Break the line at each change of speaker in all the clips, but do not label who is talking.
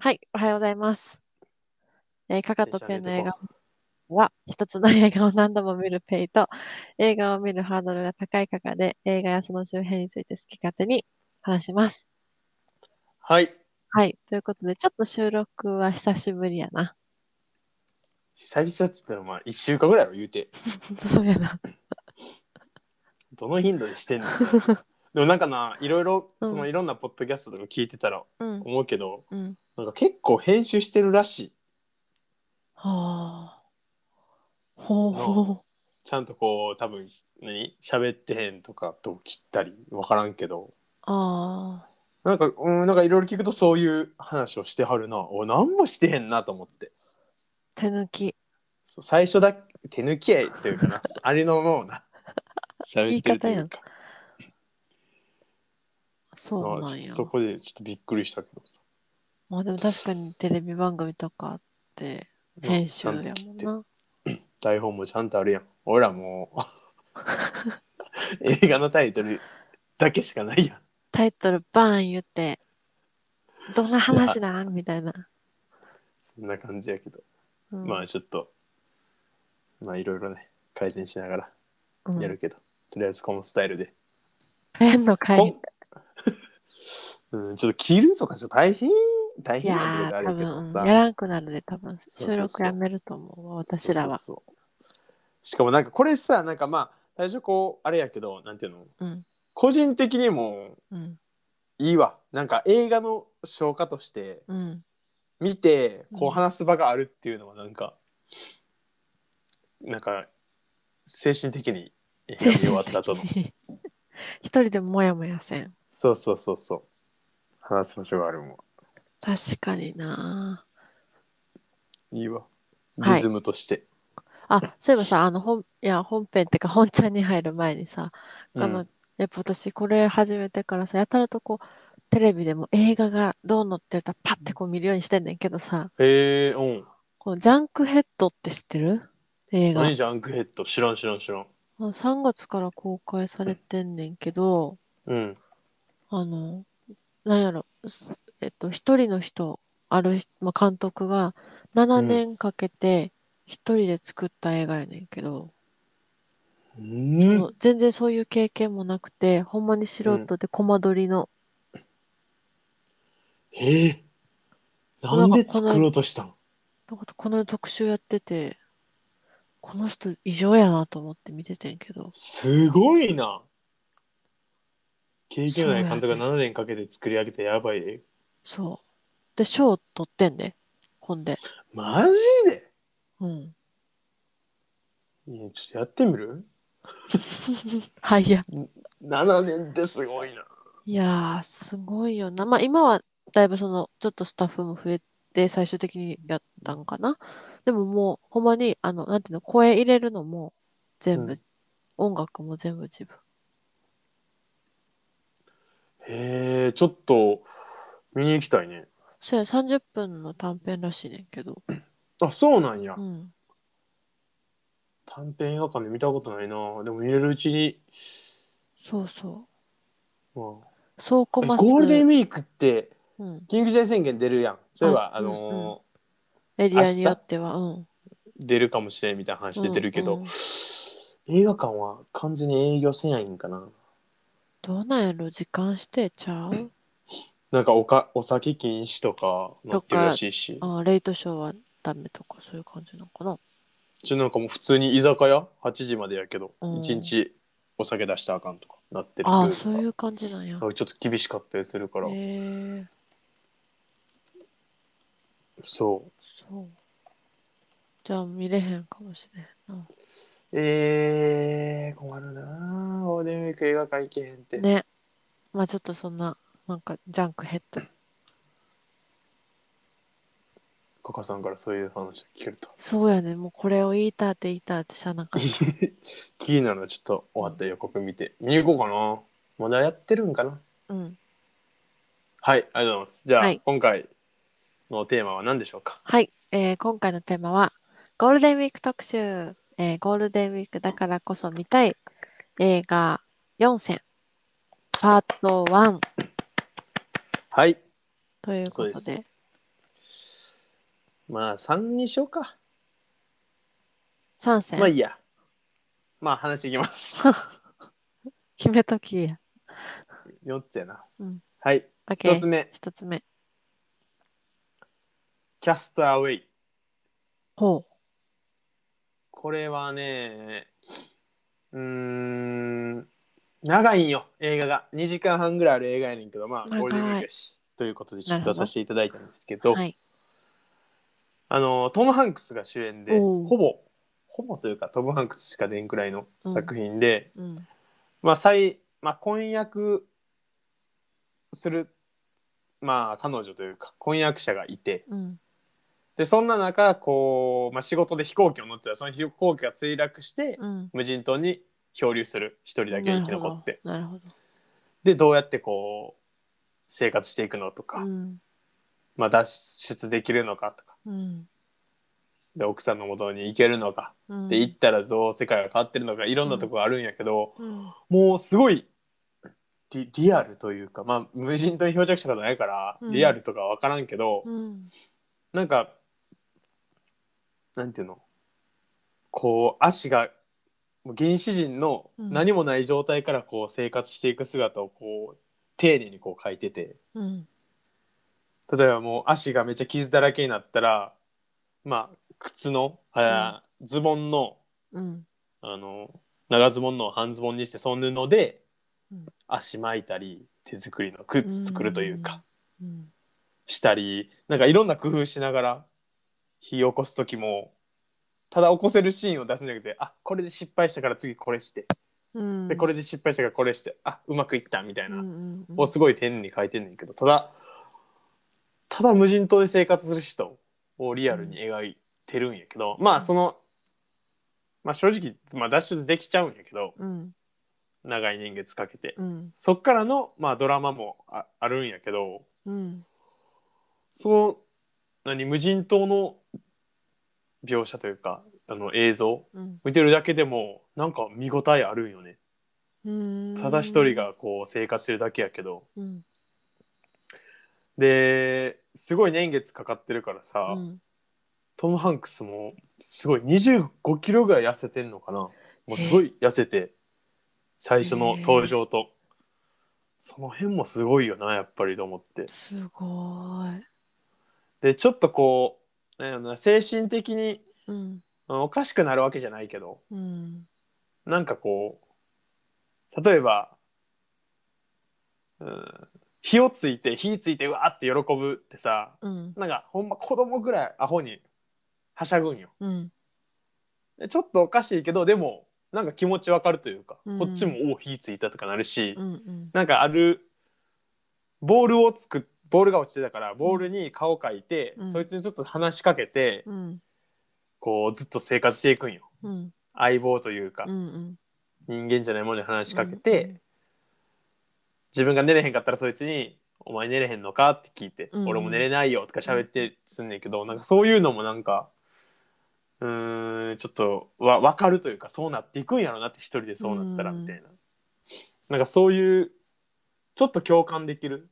はい、おはようございます。えー、かかとくんの映画は、一つの映画を何度も見るペイと、映画を見るハードルが高いかかで、映画やその周辺について好き勝手に話します。
はい。
はい、ということで、ちょっと収録は久しぶりやな。
久々っつったら、まあ、1週間ぐらいやろ、言うて。
そうやな。
どの頻度 でしてんのでもなんかな、いろいろ、
うん
そのいろんなポッドキャストとか聞いてたら
うん。
思うけど、
うん。
なんか結構編集してるらしい。
はあ。ほうほう。
ちゃんとこう、多分、何喋ってへんとか、どう切ったり、わからんけど。
ああ。
なんか、うん、なんかいろいろ聞くとそういう話をしてはるな。お、なんもしてへんなと思って。
手抜き。
そう最初だけ、手抜き合いとい うかな。ありのもうな。喋ってるというか。
そう
まあ
な
ちょ
ん
っと
や。
そこでちょっとびっくりしたけどさ。
まあでも確かにテレビ番組とかって編集
ちゃ
や
んと切
も
っ
ん
て
な。
台本もちゃんとあるやん。俺らも う映画のタイトルだけしかないやん。
タイトルバーン言って、どんな話だみたいな。
そんな感じやけど。
うん
まあちょっと、まあいろいろね、改善しながら
うん
やるけど、とりあえずこのスタイルで。
変のか
こ
い
んうん、 ちょっと切るとかちょっと大変、大
い
変
や
なこと
ー多
あるけど
分、
さ。
うんやらんくなるで、多分
そうそう
収録やめると思うわ私らは。
そうそうそうしかもなんかこれさ、なんかまあ最初こう、あれやけど、なんていうの、
うん
個人的にも
うん
いいわ。なんか映画の消化として、
うん
見てこ
う
う
ん
話す場があるっていうのはなんか、なんか精神的に映画見終わった後の
精神的に 一人でもやもやせん。
そうそうそうそう話す場所があるも
確かになん
いいわ
はい
リズムとして、
あ、そういえばさ、あの本、いや、本編ってか、本ちゃんに入る前にさ、あの、
うん
やっぱ私、これ始めてからさ、やたらとこう、テレビでも映画がどうのって言ったら、パッてこう見るようにしてんねんけどさ、
へえうん
こうジャンクヘッドって知ってる映画。
何ジャンクヘッド知らん知らん知らん
まあ3月から公開されてんねんけど、
うん
あの、なんやろ、すえっと、一人の人、ある人、まあ、監督が7
うん
年かけて一人で作った映画やねんけど、
うん
もう全然そういう経験もなくて、ほんまに素人でコマ撮りの、
へえなんで作ろうとしたん
なんかこの特集やってて、この人異常やなと思って見ててんけど、
すごいな経験のない監
そう
督
や
が
ね
7年かけて作り上げたやばい映
そう。で、賞を取ってんで、ほんで。
画マジで
うん。
いやちょっとやってみる
はいや。
7年ってすごいな。
いやー、すごいよな。まあ、今はだいぶその、ちょっとスタッフも増えて、最終的にやったんかな。でももう、ほんまに、あの、なんていうの、声入れるのも全
う
部
ん、
音楽も全部自分。
へえ、ちょっと見に行きたいね。
そうや、30分の短編らしいねんけど。
あ、そうなんや
う。ん。
短編映画館で見たことないな。でも見れるうちに。
そうそ
まあ
う。そうこ
え
ま
ゴールデ
ス、
ンウィークって、
うん、
緊急事態宣言出るやん。そういえば、
あ
あの
エリアによっては、うん。
ー出るかもしれんみたいな話出てるけど、
うんうん
映画館は完全に営業せないんかな。
どうなんやろ、時間してちゃう
なんかおかお酒禁止とかなってるらしいし、
あーレイトショーはダメとか、そういう感じなのかな。
ちょなんかもう普通に居酒屋8時までやけど、
うん
1日お酒出したらあかんとかなってる
ああ、
ルールとか
そういう感じなんや。
あちょっと厳しかったりするから、
へえ、
そ
そう。じゃあ見れへんかもしれへんな。
うえー、困るなあゴールデンウィーク映画館行けへんって、
ね。まあちょっとそんな、なんかジャンクヘッド。
コカさんからそういう話を聞けると
そうやね、もうこれを言いたって言いたってしゃあなんかった。
気になるのはちょっと終わった予告見て見に行こうかなまだやってるんかな
うん。
はいありがとうございますじゃあ、
はい
今回のテーマは何でしょうか
はい、えー今回のテーマは、ゴールデンウィーク特集。えーゴールデンウィークだからこそ見たい映画4選。パート1
はい
ということ
そう
で
でまあ3にしようか。
3選、
まあいいや。まあ話いきます。
決めときや。
4つやな。
うん
はい。1
OK
つ。目、
一つ目。
キャストアウェイ。
ほう。
これはね、うーん、長いんよ、映画が。2時間半ぐらいある映画やねんけど、まあ、
長い
ゴールデンウィークやし。ということで、ちょ
な
っ
る
と
ほ
出
ど
させていただいたんですけど、
はい。
あの、トム・ハンクスが主演で、
おう
ほぼ、ほぼというか、トム・ハンクスしか出んくらいの作品で、
うん。
まあ、最、まあ、婚約する、まあ、彼女というか、婚約者がいて、
うん。
で、そんな中、こう、まあ、仕事で飛行機を乗ってたら、その飛行機が墜落して、
うん。
無人島に漂流する一人だけ生き残って
なるほど。
でどうやってこう生活していくのとか、
うん。
まあ、脱出できるのかとか
うん。
で奥さんの元に行けるのか、
うん。
で行ったらどう世界が変わってるのかいろんなとこがあるんやけど、
うん。
もうすごいリリアルというか、まあ、無人島に漂着したことないから
うん
リアルとかは分からんけど、
うん。
なんかなんていうのこう足がもう原始人の
うん
何もない状態からこう生活していく姿をこう丁寧にこう書いてて
うん。
例えばもう足がめっちゃ傷だらけになったらまあ靴のあー、ズボンの
うん。
あの長ズボンのを半ズボンにしてその布で
うん
足巻いたり手作りの靴作るというか、
うん。
したりなんかいろんな工夫しながら火起こす時もただ起こせるシーンを出すんじゃなくてあこれで失敗したから次これして
うん。
でこれで失敗したからこれしてあうまくいったみたいな、
うん。うん。
をすごい丁寧に書いてんねんけどただただ無人島で生活する人をリアルに描いてるんやけど、まあその、まあ、正直、まあ、脱出できちゃうんやけど
うん。
長い年月かけて、
うん。
そっからの、まあ、ドラマもああるんやけど
うん。
その何無人島の描写というかあの映像
うん。
見てるだけでもなんか見応えあるんよね
うん。
ただ一人。がこう生活してるだけやけど、
うん。
ですごい年月かかってるから
う
さ、
ん。
トム・ハンクスもすごい2 5キロぐらい痩せてんのかなもうすごい痩せて最初の登場と、その辺もすごいよなやっぱりと思って
すごい。
でちょっとこうなんやろな精神的に
うん。
うんおかしくなるわけじゃないけど
うん。
なんかこう例えば、うん、火をついて火ついてうわーって喜ぶってさ
うん。
なんかほんま子供ぐらいアホにはしゃぐんよ。
うん。
でちょっとおかしいけどでもなんか気持ちわかるというか、
うん
こっちも「お火ついた」とかなるし、
うん。うん。
なんかあるボールをつくボールが落ちてたからボールに顔描いて、
うん
そいつにちょっと話しかけて、
うん。
こうずっと生活していくんよ。
うん。
相棒というか、
うん。
人間じゃないものに話しかけて、自分が寝れへんかったらそいつに「お前寝れへんのか?」って聞いて「
うん
俺も寝れないよ」とか喋ってすんねんけど、なんかそういうのもなんかうーんちょっとわ分かるというかそうなっていくんやろなって一人でそうなったら
うん
みたいな、なんかそういうちょっと共感できる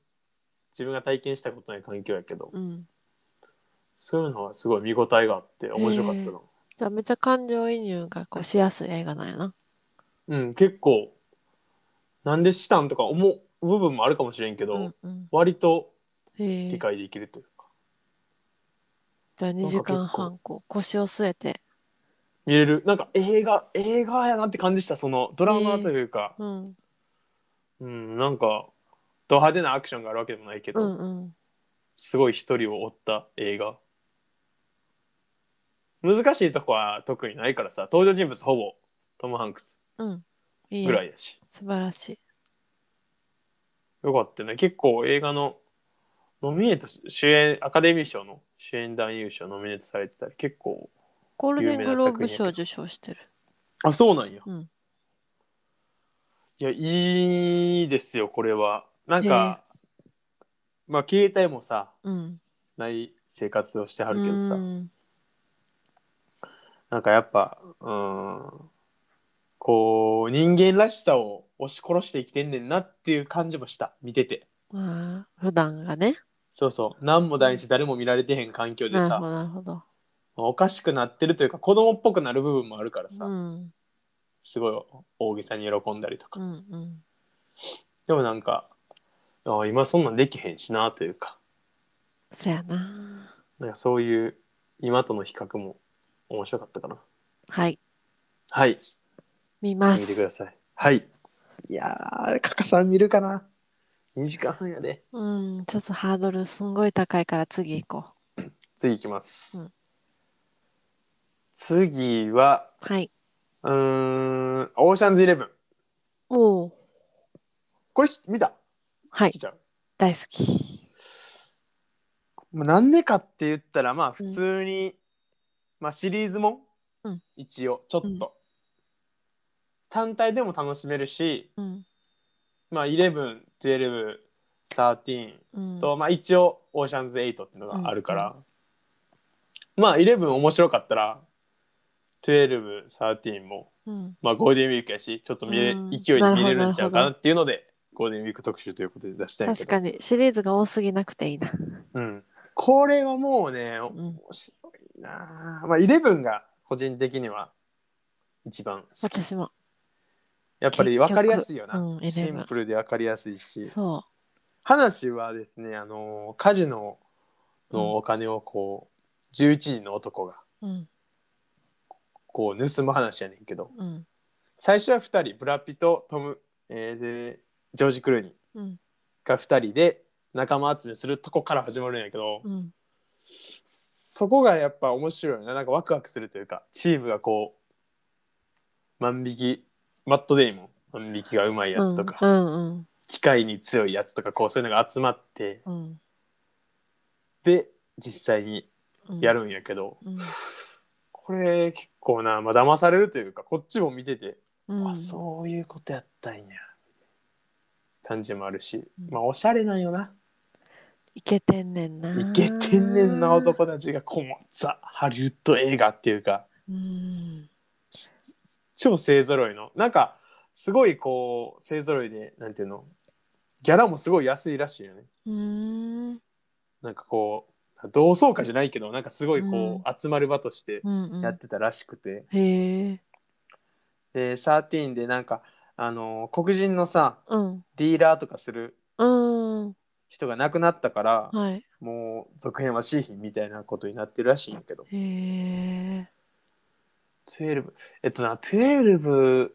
自分が体験したことない環境やけど、
うん。
そういうのはすごい見応えがあって面白かったな、
じゃあめっちゃ感情移入がこうしやすい映画なんやな。
うん結構なんでしたんとか思う部分もあるかもしれんけど、
うんうん。
割と
へえ
理。解できるというか、
じゃあ2時間半こう腰を据えて。
見れるなんか映画映画やなって感じしたそのドラマというか、
うん。
うんなんかド派手なアクションがあるわけでもないけど、
うんうん。
すごい一人を追った映画難しいとこは特にないからさ登場人物ほぼトム・ハンクス
うん。いい
ぐら
ね。
いやし
素晴らしい。
よかったね結構映画のノミネート主演アカデミー賞の主演男優賞ノミネートされてたり結構
ゴールデングローブ賞を受賞してる。
あそうなんや、
うん
いやいいですよこれはなんか、まあ携帯もさ
うん。
ない生活をしては
あ
るけどさ、
うん
なんかやっぱうんこう人間らしさを押し殺して生きてんねんなっていう感じもした見てて
まあ、普段がね。
そうそう何もないし誰も見られてへん環境で
なるほ
さ
ど、なるほど。
おかしくなってるというか子供っぽくなる部分もあるからさ、
うん、
すごい大げさに喜んだりとか、
うん、うん。
でもなんかあ今そんなんできへんしなというか
そやな。
なんかそういう今との比較も面白かったかな
はい、
はい
見ま
見てく
す
だ。さいはいいやーカカさん見るかな2時間半やで
うん、ちょっとハードルすんごい高いから次行こ
次いきます、
うん
次は
う。はい。
うーんオーシャンズイレブン
おお、
これし見た
は
来
い、
ちゃう
大好き。
まあなんでかって言ったらまあ普通に、まあシリーズも
うん
一応ちょっと、
うん
単体でも楽しめるし
うん、
まあ111213
うん。
と、まあ一応オーシャンズ8っていうのがあるから、まあ11面白かったら1213も
うん、
まあゴールデンウィークやしちょっと見れ、
うん
勢いで見れ
なるほど
るんちゃうかなっていうのでゴールデンウィーク特集ということで出したいんやけ
確
ど
かにシリーズが多すぎなくていいな。
うん、これはもうね
うん、
面白いなあまあ11が個人的には一番好き
私も。
やっぱり分かりやすいよな、
結局うん
シンプルで分かりやすいし
そ
話はですねあのカジノのお金をこう、11人の男が
う。うん、
こう盗む話やねんけど
うん、
最初は2人ブラピとトム、えーでジョージ・クルーニー
うん、
が2人で仲間集めするとこから始まるんやけど、
うん、
そこがやっぱ面白いよななんかワクワクするというかチームがこう万引きマットデイモン万引きがうまいやつとか、
うん、うん、
機械に強いやつとかこうそういうのが集まって
うん、
で実際に
うん。
や。るんやけど、
うん、
これ結構な、まあ騙されるというかこっちも見てて、
うん、
あそういうことやったんや感じもあるし、
うん
まあおしゃれなんよな。
いけてんねんな。
いけてんねんな。男たちがこもザ・ハリウッド映画っていうか。
うん、
超勢ぞろいのなんかすごいこう勢ぞろいでなんていうのギャラもすごい安いらしいよね
うん、
なんかこう同窓会じゃないけどなんかすごいこう、
う
集まる場として
うん、
やってたらしくて、
へえ、
で13でなんかあのー黒人のさ
うん、
ディーラーとかする
うん、
人が亡くなったから、
はい、
もう続編はしーひんみたいなことになってるらしいんやけど
へえ、
12えっとな12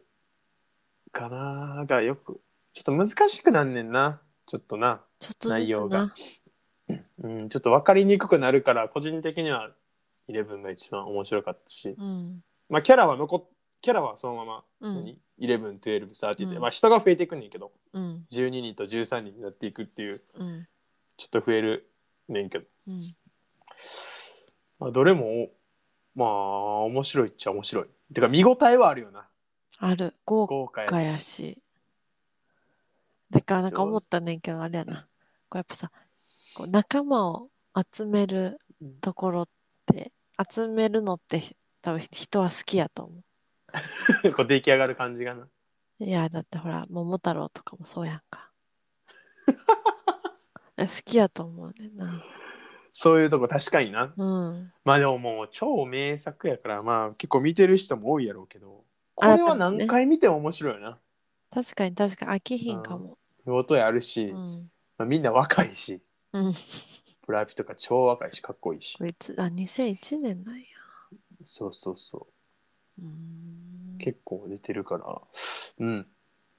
かながよくちょっと難しくなんねんなちょっとな
ちょっとず
内
つ
容が
な。
うん、ちょっと分かりにくくなるから個人的には11が一番面白かったし、
うん、
まあ、キャラは残っキャラはそのまま、
うん
何111213で、
うん
まあ、人が増えていくんねんけど
うん、
12人と13人になっていくっていう
うん、
ちょっと増えるねんけど、
うん、
まあ、どれもまあ面白いっちゃ面白いてか見応えはあるよな
ある、豪
豪華や
かや
し
し。でか、なんか思ったねんけど、あれやな。こうやっぱさ、こう仲間を集めるところって、集めるのって多分人は好きやと思
こう出来上がる感じがな
う。いや、だってほら、桃太郎とかもそうやん か。好きやと思うねんな。
そういうとこ確かにな
うん。
まあでももう超名作やからまあ結構見てる人も多いやろうけどこれは何回見ても面白いよな
確かに確かに飽きひんかも。
見事やあるし、
うん。
まあ、みんな若いし
うん。
プラピとか超若いしかっこいいし
こいつ、あ、2001年なんや。
そうそうそう
ー。
うん結構出てるからうん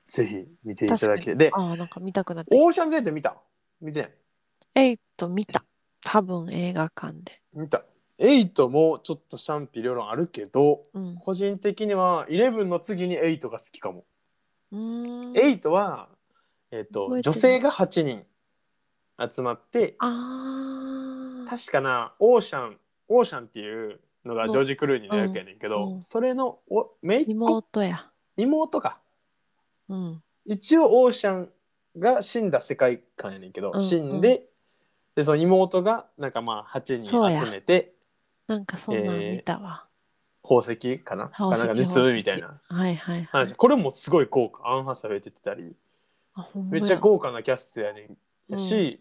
ぜひ見ていただ
確
き
か
たい
に
で
ああ、なんか見たくなってき
オーシャンズ8見た見てない
た。エイト見た。多分映画館で。
見た8もちょっと賛否両論あるけど
うん。
個人的には11の次に8が好きかも、
うーん。
8は、えっ
覚
と
えて
女
る
性が8人集まって
ああ。
確かなオーシャンオーシャンっていうのがジョージ・クルーニーの役やねんけど、
うんうん
それのおめいっ子
妹や。
妹か
うん。
一応オーシャンが死んだ世界観やねんけど、
うん
死んででその妹がなんかまあ8
そうや
人集めて
なんかそんなん
えー
見たわ。
宝石かな
宝石
かなんか盗むみたいな。
はいはいはい。
話これもすごい豪華アンハサウェイ出てたり
あほんま
め
や
っちゃ豪華なキャストやねんやし、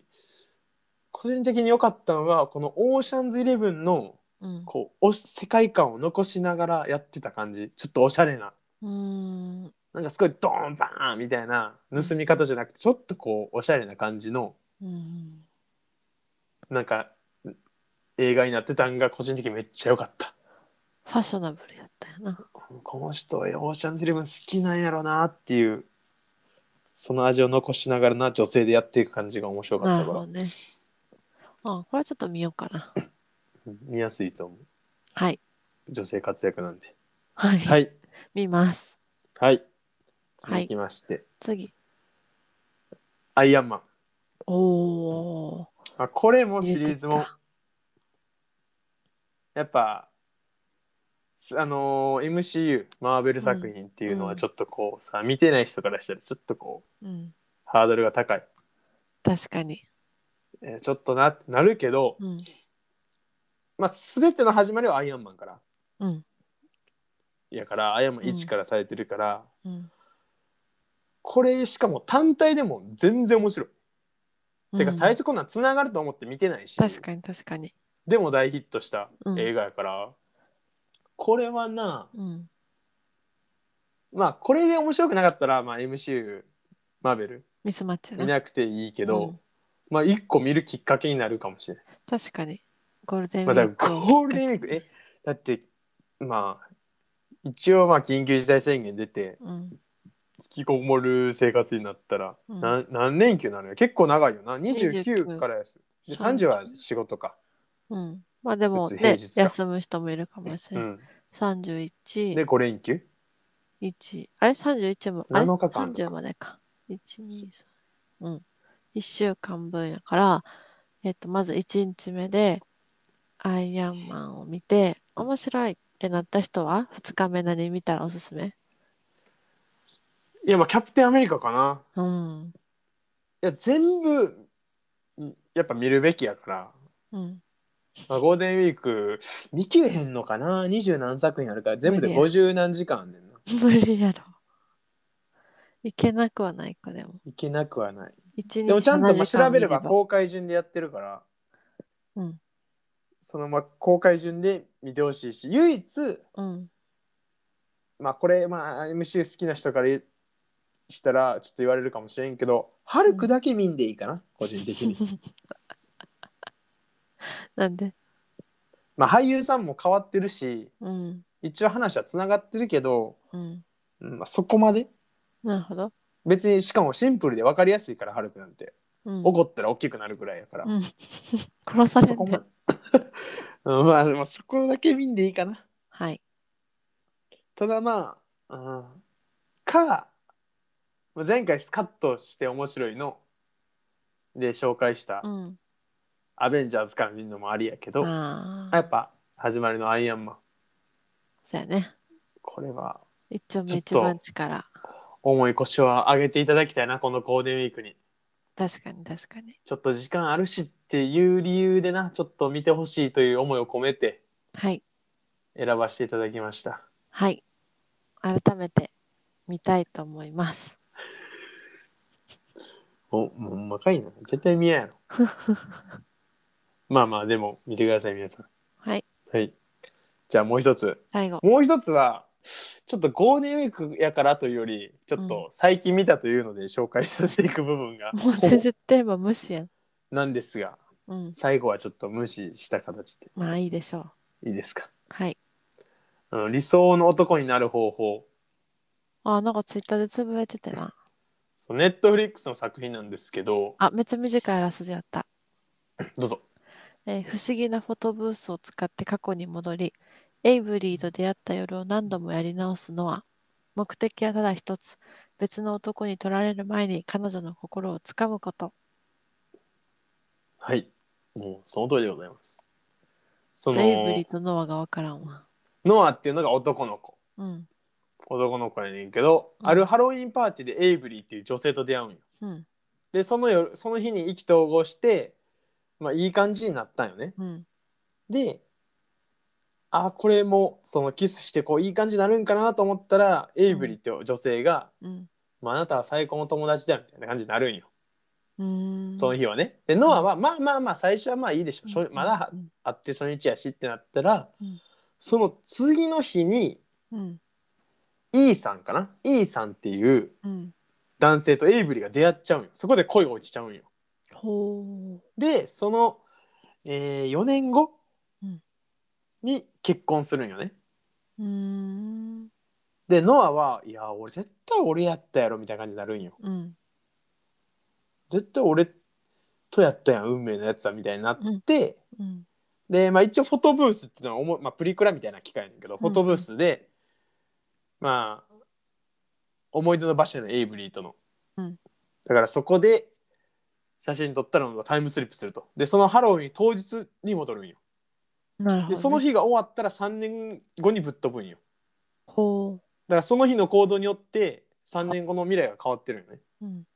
個人的に良かったのはこのオーシャンズイレブンの
うん
こうおし世界観を残しながらやってた感じちょっとおしゃれな
うん
なんかすごいドーンバーンみたいな盗み方じゃなくてちょっとこうおしゃれな感じの
うん
なんか映画になってたんが個人的にめっちゃ良かった
ファッショナブルやったよな。
この人オーシャンズイレブン好きなんやろなっていうその味を残しながらな女性でやっていく感じが面白か
な
っ
る
た
ほ
から
どね。あこれはちょっと見ようかな。
うん見やすいと思う
はい。
女性活躍なんで
はい。
はい
見ます。
はい
はい
続きまして、
次。
アイアンマン
おお。
あこれもシリーズ
見え
も
てき
やっぱすあのー MCU マーベル作品っていうの
う
は
ん
ちょっとこうさ、見てない人からしたらちょっとこう
た。うん。
ハードルが高い、
確かに。
えーちょっとななるけど、
うん。
まあ、全ての始まりはアイアンマンから
うん。
やからアイアンマン
うん
1からされてるから、
うん。
これしかも単体でも全然面白い、てか最
初。
初こんなんつながると思って見てないし
確かに確かに。
でも大ヒットした
うん
映画やから、これはな
うん。
まあこれで面白くなかったら、まあ、MCU マーベル
ミスマッチや
見なくていいけど、
うん
まあ一個見るきっかけになるかもしれない。
確かに。ゴールデンウ
まあ
ィ
だ
ー
か
ク
ら
を。
ゴールデンウィークえだってまあ一応まあ緊急事態宣言出て
うん。
引きこもる生活になったら、
うん
な何連休なのよ結構長いよな
29
29からやすで30は仕事か、
うん。まあでも、
普通平
ね
日、か
休む人もいるかもしれ
う
ない。
ん、で
31、
5連休
1。あれ ?31 も、あれ
7日間
?30 までか。1、2、3。うん。1週間分やから、えっと、まず1日目で、アイアンマンを見て、面白いってなった人は、2日目何見たらおすすめ
いやまあキャプテンアメリカか
う
な
ん。
いや全部んやっぱ見るべきやから、
うん。
まあ、ゴールデンウィーク見切れへんのかな20何作品あるから全部で50何時間あんねんな
無理やろ。いけなくはないか、でも。
いけなくはない
一日
でもちゃんと
7
まあ
時間
調べれば
見
公開順でやってるから、
うん
そのまあ公開順で見てほしいし唯一、
うん。
まあ、これ、まあ、MC 好きな人からしたらちょっと言われるかもしれんけどハルクだけ見んでいいかな、個人 的に
なんで
まあ俳優さんも変わってるし
うん。
一応話はつながってるけど、
うん。
うんまあ、そこまで
なるほど。
別にしかもシンプルで分かりやすいからハルクなんて
うん。
怒ったら大きくなるぐらいやから、
うん。 殺され
そこ
んね
ま うんまあでもそこだけ見んでいいかな
はい。
ただまあ、うん、かまあ前回スカッとして面白いので紹介した
うん。
「アベンジャーズ」から見るのもありやけど、
あ
や
あ。
っぱ始まりの「アイアンマン
そうやね。」
これは
一丁目
ちょっ
一
と
番力。
重い腰を上げていただきたいなこのゴールデンウィークに
確かに確かに。
ちょっと時間あるしっていう理由でなちょっと見てほしいという思いを込めて
はい。
選ばせていただきました
はい。改めて見たいと思います。
おもうほんまかいな絶対見えんや ろまあまあでも見てください皆さん
はい。
はい。じゃあもう一つ。
最 後。
もう一つは、ちょっとゴールデンウィークやからというより、ちょっと最近見たというので紹介させていく部分 が、
もう全然テーマ無視やん。
なんですが、
うん。
最後はちょっと無視した形で
まあいいでしょう。
いいですか。
はい。
あの理想の男になる方法。
ああ、なんかツイッターでつぶれててな。
ネットフリックスの作品なんですけど、
あ、めっちゃ短いあらすじあった。
どうぞ。
えー不思議なフォトブースを使って過去に戻り、エイブリーと出会った夜を何度もやり直すのは、目的はただ一つ、別の男に取られる前に彼女の心をつかむこと。
はい。もうその通りでございます。そ
エイブ
の
リー、とノアがわからんわ。
ノアっていうのが男の子。
うん、
男の子やねんけど、
うん
あるハロウィンパーティーでエイブリーっていう女性と出会うんよ。
うん、
でその夜その日に意気投合して、まあ、いい感じになったんよね。
うん、
であこれもそのキスしてこういい感じになるんかなと思ったら、エイブリーって女性が、
うん。
まあ、あなたは最高の友達だみたいな感じになるんよ。
うーん
その日はね。でノアはまあまあまあ最初はまあいいでしょ、初まだ
うん
会って初日やしってなったら、
うん
その次の日に
うん、
E さんかな E さんっていう
うん、
男性とエイブリーが出会っちゃうんよそこで恋が落ちちゃうんよ。
ほ
でその、え4年後
うん
に結婚するんよね。
ううーん
でノアはいや俺絶対俺やったやろみたいな感じになるんよ。
うん
絶対俺とやったやん運命のやつだみたいになって、
うん
で、まあ、一応フォトブースっていうのはおも、まあ、プリクラみたいな機械なんだけどフォトブースで、まあ思い出の場所のエイブリーとの、
うん
だからそこで写真撮ったのがタイムスリップするとでそのハロウィン当日に戻るんよ
なるほど、
で
ね、
その日が終わったら3年後にぶっ飛ぶんよ
ほ
だからその日の行動によって3年後の未来が変わってるんよね
う、うん、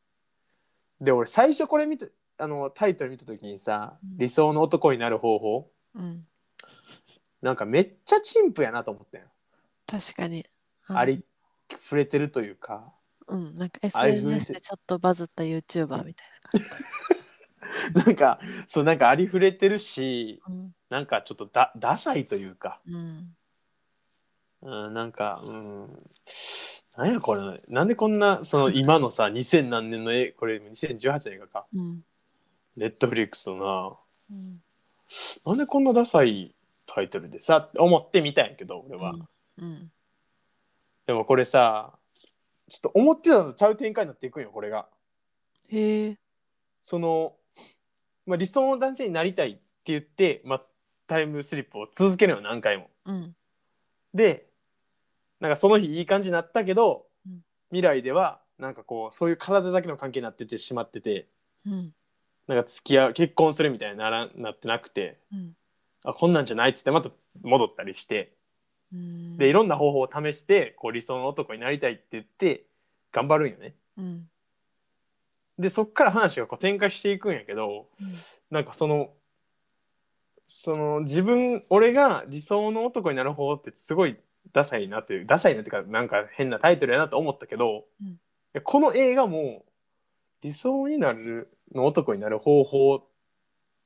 で俺最初これ見てあのタイトル見た時にさ
う
「
ん
理想の男になる方法
うん、」
なんかめっちゃチンプやなと思ったよ、
確かに
あり触れてるというか
うん、なんか
あいうふうに
SNS でちょっとバズった YouTuber みたいな感
なんかそうなんかありふれてるし
じ、うん
なんかちょっとだダサいというか、
うん、
うん、なんかうんなんやこれなんでこんなその今の さ2000何年のえこれ2018年かか
うん、
ネットフリックスの
うん、
ななんでこんなダサいタイトルでさって思ってみたんやけど俺は、
うん、
でもこれさちょっと思ってたのとちゃう展開になっていくんよこれが
へえ、
その、まあ、理想の男性になりたいって言って、まあ、タイムスリップを続けるのよ何回も
うん、
でなんかその日いい感じになったけど、
うん
未来ではなんかこうそういう体だけの関係になっててしまってて
うん、
なんか付き合う結婚するみたいにならなってなくて
うん
あこんなんじゃないっつってまた戻ったりして
うん、
でいろんな方法を試してこう理想の男になりたいって言って頑張るんよね。
うん、
でそっから話がこう展開していくんやけど
うん、
なんかそのその自分俺が理想の男になる方ってすごいダサいなというダサいなっていうかなんか変なタイトルやなと思ったけど、
うん
いやこの映画も理想になるの男になる方法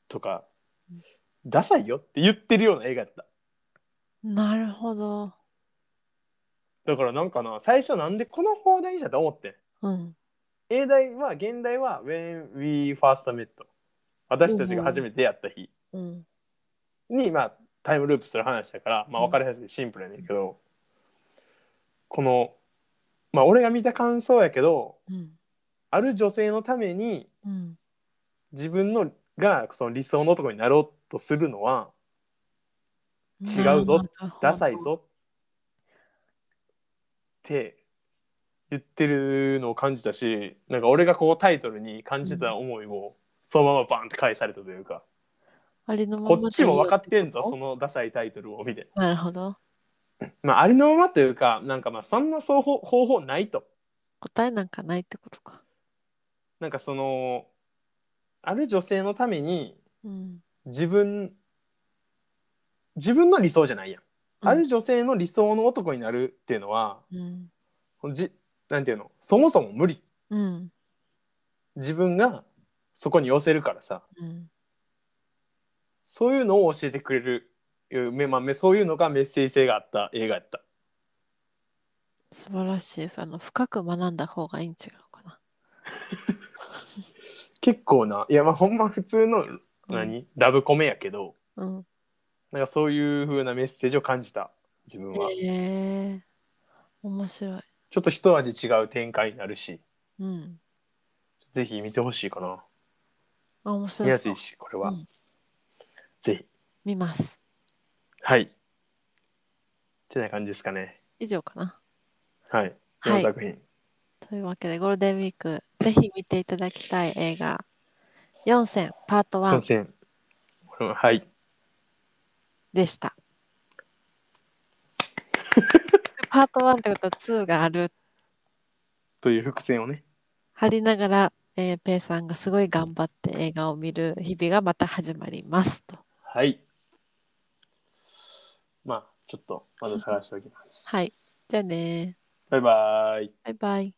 とか、
うん
ダサいよって言ってるような映画だった
なるほど、
だからなんかな最初なんでこの放題にしたと思ってん
うん、
英題は現代は When We First Met 私たちが初めて出会った日、
うん、
に、まあ、タイムループする話だから、まあ、
うん
分かりやすいシンプルやねんけど、この、まあ、俺が見た感想やけど
うん、
ある女性のために
うん、
自分のがその理想の男になろうとするのは違うぞ
なるほど
ダサい、ぞって言ってるのを感じたしなんか俺がこうタイトルに感じた思いをそのままバンって返されたというか、
ありのまま
こっちも分かってんぞ
でいいよ
そのダサいタイトルを見て。
なるほど、
まあ、ありのままというか、なんかまあ、そんな方法方法ないと。
答えなんかないってことか、
なんかその、ある女性のために
うん、
自分、自分の理想じゃないやん。
うん
ある女性の理想の男になるっていうのは、
うん、
じなんていうの、そもそも無理。
うん、
自分がそこに寄せるからさ、
うん、
そういうのを教えてくれるいう、めまあ、めそういうのがメッセージ性があった映画やった。
素晴らしい、あの深く学んだ方がいいん違うかな、
結構な、いやまあほんま普通の
うん
何、ラブコメやけど、
うん。
なんかそういう風なメッセージを感じた自分は、
へえ面白い。
ちょっと一味違う展開になるし
うん。
ぜひ見てほしいかな
あ面
見
白
や
そ
す
う
い。しこれは、
うん
ぜひ
見ます。
はいってな感じですかね
以上かな。
はい
は
4
い
作品
というわけで、ゴールデンウィーク、ぜひ見ていただきたい映画、4選パート
4
1
選、これははい
で した。パート1ってことは2がある。
という伏線をね
張りながら、えーペイさんがすごい頑張って映画を見る日々がまた始まりますと。
はいまあちょっとまだ探しておきます
はい。じゃあね
バイバーイ
バイバイ。